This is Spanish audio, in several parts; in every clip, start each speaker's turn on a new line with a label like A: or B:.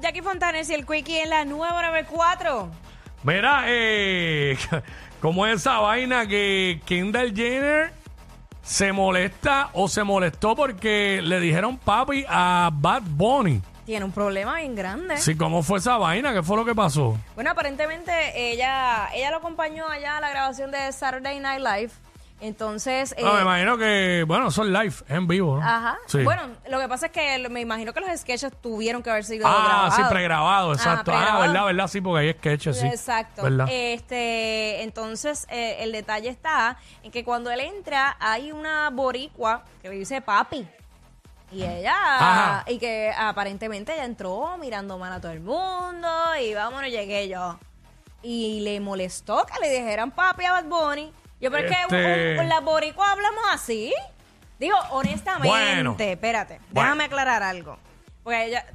A: Jackie Fontanes y el Quickie en la nueva 94.
B: Mira, eh, como esa vaina que Kendall Jenner se molesta o se molestó porque le dijeron papi a Bad Bunny.
A: Tiene un problema bien grande.
B: Sí, ¿cómo fue esa vaina? ¿Qué fue lo que pasó?
A: Bueno, aparentemente ella, ella lo acompañó allá a la grabación de Saturday Night Live. Entonces, eh,
B: No, Ah, me imagino que, bueno, son live, en vivo, ¿no?
A: ajá.
B: Sí.
A: Bueno, lo que pasa es que lo- me imagino que los sketches tuvieron que haber sido
B: ah,
A: grabados.
B: sí, pregrabado,
A: Ajá,
B: exacto.
A: pregrabado.
B: Ah, verdad, verdad, sí, porque hay sketches, sí.
A: Exacto. Eh,
B: ¿Verdad?
A: Este, entonces eh, el detalle está en que cuando él entra hay una boricua que le dice papi. Y ella,
B: Ajá.
A: y que aparentemente ella entró mirando mal a todo el mundo y vámonos, llegué yo. Y le molestó que le dijeran papi a Bad Bunny. Yo, pero es que
B: Este-
A: con la boricua hablamos así. Digo, honestamente,
B: Bueno.
A: espérate,
B: Bueno.
A: déjame aclarar algo. Porque ella-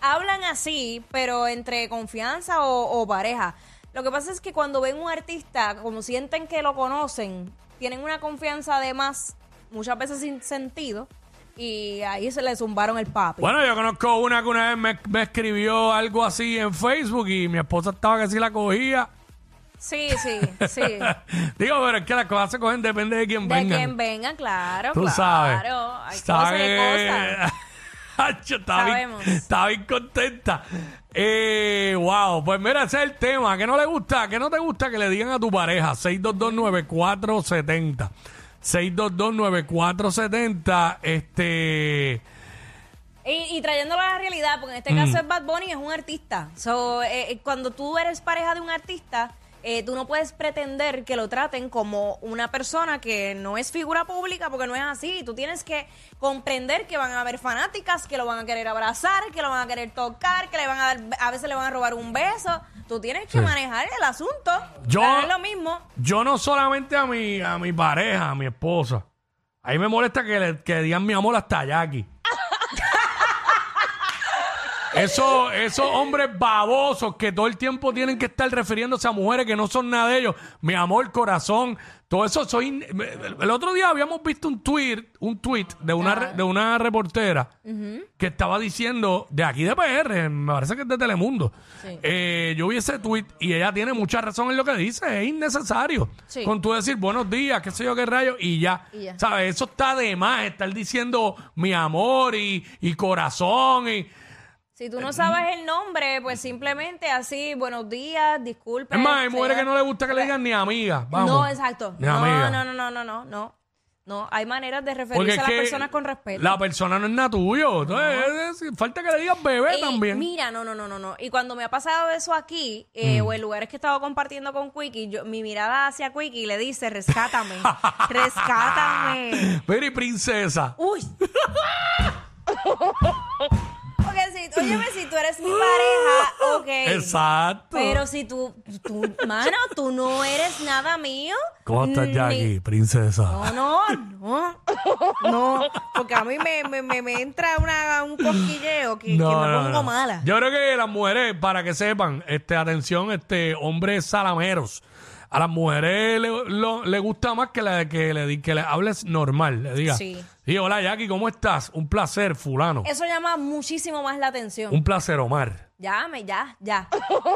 A: hablan así, pero entre confianza o, o pareja. Lo que pasa es que cuando ven un artista, como sienten que lo conocen, tienen una confianza de más, muchas veces sin sentido, y ahí se le zumbaron el papi.
B: Bueno, yo conozco una que una vez me, me escribió algo así en Facebook y mi esposa estaba que sí la cogía.
A: Sí, sí, sí. De
B: Digo, pero es que las cosas se cogen depende de quién vengan.
A: quien vengan, claro,
B: Tú
A: claro.
B: sabes.
A: Hay
B: Está
A: cosas y
B: bien-
A: cosas.
B: Hacho, está bien,
A: Sabemos.
B: está bien contenta. Eh, wow, pues mira, ese es el tema. ¿Qué no le gusta? ¿Qué no te gusta que le digan a tu pareja? 6229470. 6229470. Este.
A: Y, y trayéndolo a la realidad, porque en este caso es Bad Bunny, es un artista. So, eh, eh, cuando tú eres pareja de un artista, eh, tú no puedes pretender que lo traten como una persona que no es figura pública, porque no es así. Tú tienes que comprender que van a haber fanáticas, que lo van a querer abrazar, que lo van a querer tocar, que le van a dar, a veces le van a robar un beso. Tú tienes que
B: Sí.
A: manejar el asunto.
B: Yo-
A: Pero es lo mismo.
B: Yo no solamente a mi, a mi pareja, a mi esposa. Ahí me molesta que le que digan mi amor hasta allá aquí. Eso, esos hombres babosos que todo el tiempo tienen que estar refiriéndose a mujeres que no son nada de ellos. Mi amor, corazón, todo eso. Soy, in- me- el otro día habíamos visto un tweet, un tweet de una, re- de una reportera que estaba diciendo, de aquí de PR, me parece que es de Telemundo. Eh, yo vi ese tweet y ella tiene mucha razón en lo que dice. Es innecesario.
A: Sí.
B: Con tú decir buenos días, qué sé yo, qué rayo, y ya.
A: Y ya.
B: ¿Sabes? Eso está de más, estar diciendo mi amor y, y corazón y...
A: Si tú no
B: Eh, mm.
A: sabes el nombre, pues simplemente así, buenos días, disculpen.
B: Es más, hay mujeres
A: señor.
B: que no les gusta que le digan ni amiga. Vamos.
A: Este, No, exacto.
B: Ni
A: No,
B: amiga.
A: no, no, no, no, no, no. No, hay maneras de referirse
B: Porque
A: a
B: es
A: las
B: que
A: personas con respeto.
B: La persona no es nada tuyo. Entonces, es- es- falta que le digas bebé
A: Y
B: también.
A: Mira, no, no, no, no, no. Y cuando me ha pasado eso aquí, eh,
B: Mm.
A: o en lugares que he estado compartiendo con Quickie, yo, mi mirada hacia Quickie le dice, rescátame, rescátame.
B: Pero y princesa.
A: Uy. Porque si, óyeme, si tú eres mi pareja, ok.
B: Exacto.
A: Pero si tú, tú, mano, tú no eres nada mío.
B: ¿Cómo estás,
A: ni-
B: Jackie? Princesa.
A: No, no, no. No, porque a mí me, me, me, me entra una, un cosquilleo que, que me
B: no,
A: pongo
B: no.
A: mala.
B: Yo creo que las mujeres, para que sepan, este, atención, este, hombres salameros. A las mujeres le, lo- le gusta más que le, que, le, di- que le hables normal, le digas.
A: Sí.
B: hola Jackie, ¿cómo estás? Un placer, fulano.
A: Eso llama muchísimo más la atención.
B: Un placer, Omar.
A: Ya, me, ya, ya.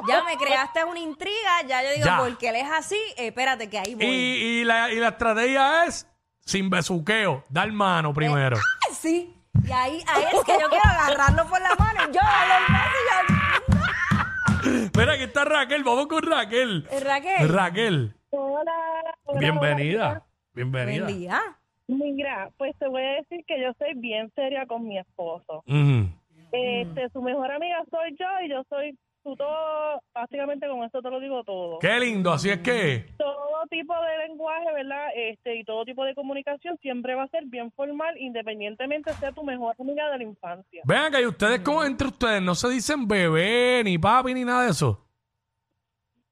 A: Ya me creaste una intriga. Ya yo digo,
B: Ya.
A: porque él es así, eh, espérate que ahí
B: Y,
A: voy.
B: y la, y la estrategia es sin besuqueo, dar
A: Eh.
B: mano primero.
A: Ay, Sí. Y ahí, ahí es que yo quiero agarrarlo por la mano. y Yo, los brazos y yo.
B: Mira, aquí está Raquel, vamos con Raquel.
A: Eh, Raquel.
B: Raquel,
C: Hola. hola, hola.
B: bienvenida.
A: Buen
B: Bienvenida.
A: día.
C: Mira, pues te voy a decir que yo soy bien seria con mi esposo.
B: Ujú.
C: Este, su mejor amiga soy yo y yo soy su tú todo, básicamente con esto te lo digo todo.
B: Qué lindo, así es que.
C: Todo tipo de lenguaje, ¿verdad? Este, y todo tipo de comunicación siempre va a ser bien formal, independientemente sea tu mejor amiga de la infancia.
B: Vean acá, y ustedes, ¿cómo entre ustedes? No se dicen bebé, ni papi, ni nada de eso.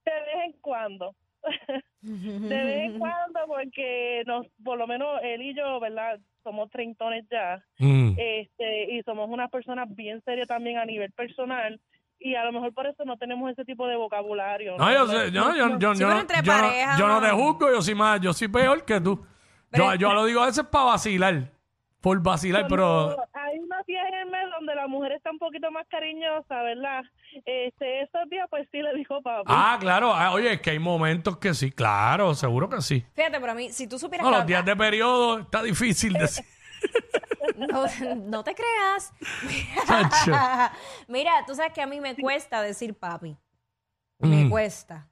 C: De vez en cuando. de vez en cuando, porque nos, por lo menos él y yo, ¿verdad? Somos treintones ya.
B: Mm.
C: este y somos unas personas bien serias también a nivel personal y a lo mejor por eso no tenemos ese tipo de vocabulario.
B: No, yo, sé- yo, yo, yo,
A: Sí,
B: yo
A: pero
B: no,
A: entre
B: yo no-
A: pareja,
B: yo no te
A: mano.
B: juzgo, yo soy más, yo soy peor que tú. Yo,
A: Pero-
B: yo lo digo a veces para vacilar, por vacilar, pero
C: Hay unos días en el mes donde la mujer está un poquito más cariñosa, ¿verdad? Este, esos días pues sí le dijo papi.
B: ah, claro, ah, oye, es que hay momentos que sí, claro, seguro que sí.
A: Fíjate, pero a mí, si tú supieras
B: No,
A: que
B: los días de periodo está difícil decir.
A: No, no te creas.
B: Chacho.
A: Mira, tú sabes que a mí me cuesta decir papi. Me
B: Mm.
A: cuesta.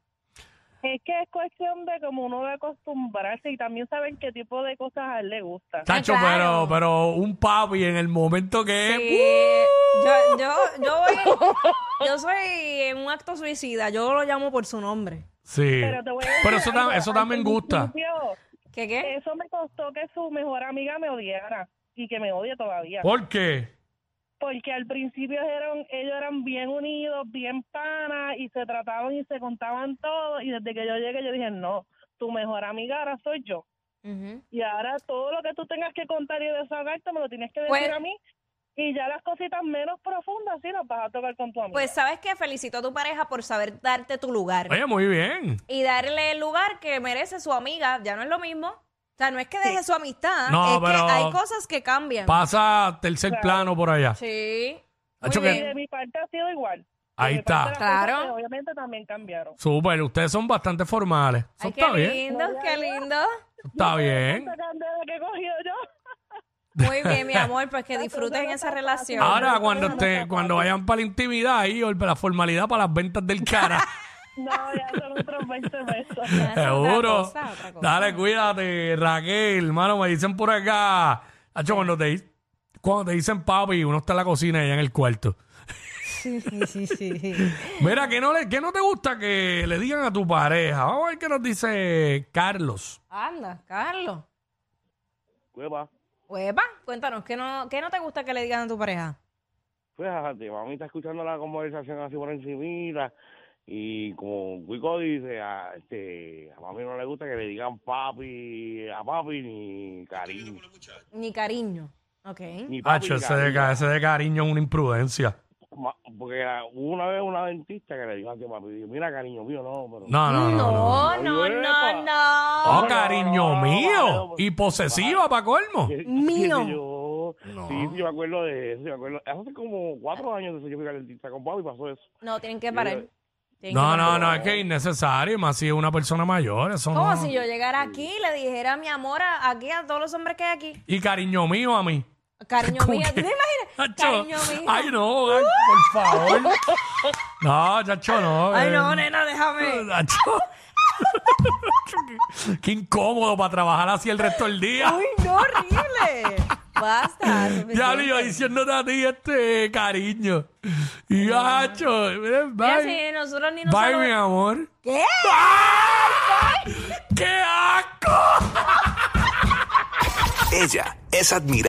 C: Es que es cuestión de como uno de acostumbrarse y también saber qué tipo de cosas a él le gusta.
B: Chacho,
A: claro.
B: pero, pero un papi en el momento que es. uh,
A: Eh, yo, yo, yo, voy- yo soy en un acto suicida. Yo lo llamo por su nombre.
B: Sí.
C: Pero te voy a decir
B: Pero eso, tam-
C: algo,
B: eso
C: al
B: también gusta.
C: principio,
A: ¿Qué qué?
C: Eso me costó que su mejor amiga me odiara y que me odie todavía.
B: ¿Por qué?
C: porque al principio eran, ellos eran bien unidos, bien panas y se trataban y se contaban todo y desde que yo llegué yo dije, no, tu mejor amiga ahora soy yo
A: Ujú.
C: y ahora todo lo que tú tengas que contar y desahogarte me lo tienes que decir
A: Pues-
C: a mí y ya las cositas menos profundas sí las vas a tocar con tu amiga.
A: Pues sabes que felicito a tu pareja por saber darte tu lugar.
B: Oye, muy bien.
A: y darle el lugar que merece su amiga. Ya no es lo mismo. O sea, no es que deje su amistad.
B: No,
A: es
B: pero-
A: que hay cosas que cambian.
B: Pasa tercer plano por allá.
A: sí. Muy
B: Hacho, que-
C: y de
A: bien.
C: mi parte ha sido igual. De
B: Ahí
C: mi parte
B: está.
C: las cosas,
A: Claro.
C: pues, Obviamente también cambiaron.
B: Súper, ustedes son bastante formales. Eso
A: Ay,
B: está
A: qué
B: bien.
A: lindo, qué lindo.
B: eso Está bien.
C: Esta candela que he cogido yo.
A: Muy bien, mi amor, pues que disfruten esa relación.
B: Ahora, cuando te, cuando vayan para la intimidad, ahí, o la formalidad para las ventas del cara.
C: No, ya son otros 20 pesos.
B: Seguro.
A: Otra cosa, otra cosa.
B: Dale, cuídate, Raquel. Hermano, me dicen por acá. Hacho, cuando te, di- cuando te dicen papi, uno está en la cocina y ella en el cuarto.
A: Sí, sí, sí.
B: Mira, ¿qué no, le, qué no te gusta que le digan a tu pareja? Vamos a ver qué nos dice Carlos.
A: Anda, Carlos.
D: Cueva,
A: Huepa, cuéntanos, ¿qué no, ¿qué no te gusta que le digan a tu pareja?
D: fíjate, mami está escuchando la conversación así por encimita y como Cuico dice, a, este, a mami no le gusta que le digan papi, a papi ni cariño,
A: Ni cariño. Ok.
D: ni papi
B: Hacho,
D: ni
B: Ah, ese de,
D: cariño.
B: ca- ese de cariño es una imprudencia.
D: Ma- Porque la- una vez una dentista que le dijo a que papi, dijo, mira cariño mío, no, pero...
B: No, no, no. no.
A: No, no, no,
D: Huepa.
A: no.
B: Oh, cariño
D: no, no,
B: mío.
D: no,
B: Y posesiva, para colmo.
D: Y- y
A: mío.
D: ese yo, Sí, sí, yo me acuerdo de eso, yo me acuerdo. Hace como cuatro años desde que yo fui al dentista con papi pasó eso.
A: No, tienen que parar. Tienen que
B: No,
A: parar.
B: no, no, es que es innecesario, y más si es una persona mayor, eso
A: Como
B: no.
A: si yo llegara aquí y le dijera mi amor a- aquí a todos los hombres que hay aquí.
B: Y cariño mío a mí.
A: Cariño
B: ¿Cómo
A: mío. ¿Tú
B: que?
A: te imaginas?
B: Chacho,
A: Cariño mío.
B: Ay, no, ay, por favor. No, chacho, no.
A: Ay,
B: eh.
A: no, nena, déjame.
B: Chacho. Chacho, qué- Qué incómodo para trabajar así el resto del día.
A: Uy, no, horrible. Basta.
B: Ya
A: suficiente.
B: le iba diciéndote a ti este cariño. Y gacho, eh,
A: Mira,
B: bye.
A: si nosotros ni nos
B: Bye,
A: salu-
B: mi amor. ¡Ah!
A: ¿Qué?
B: ¡Qué asco!
E: Ella es admirada.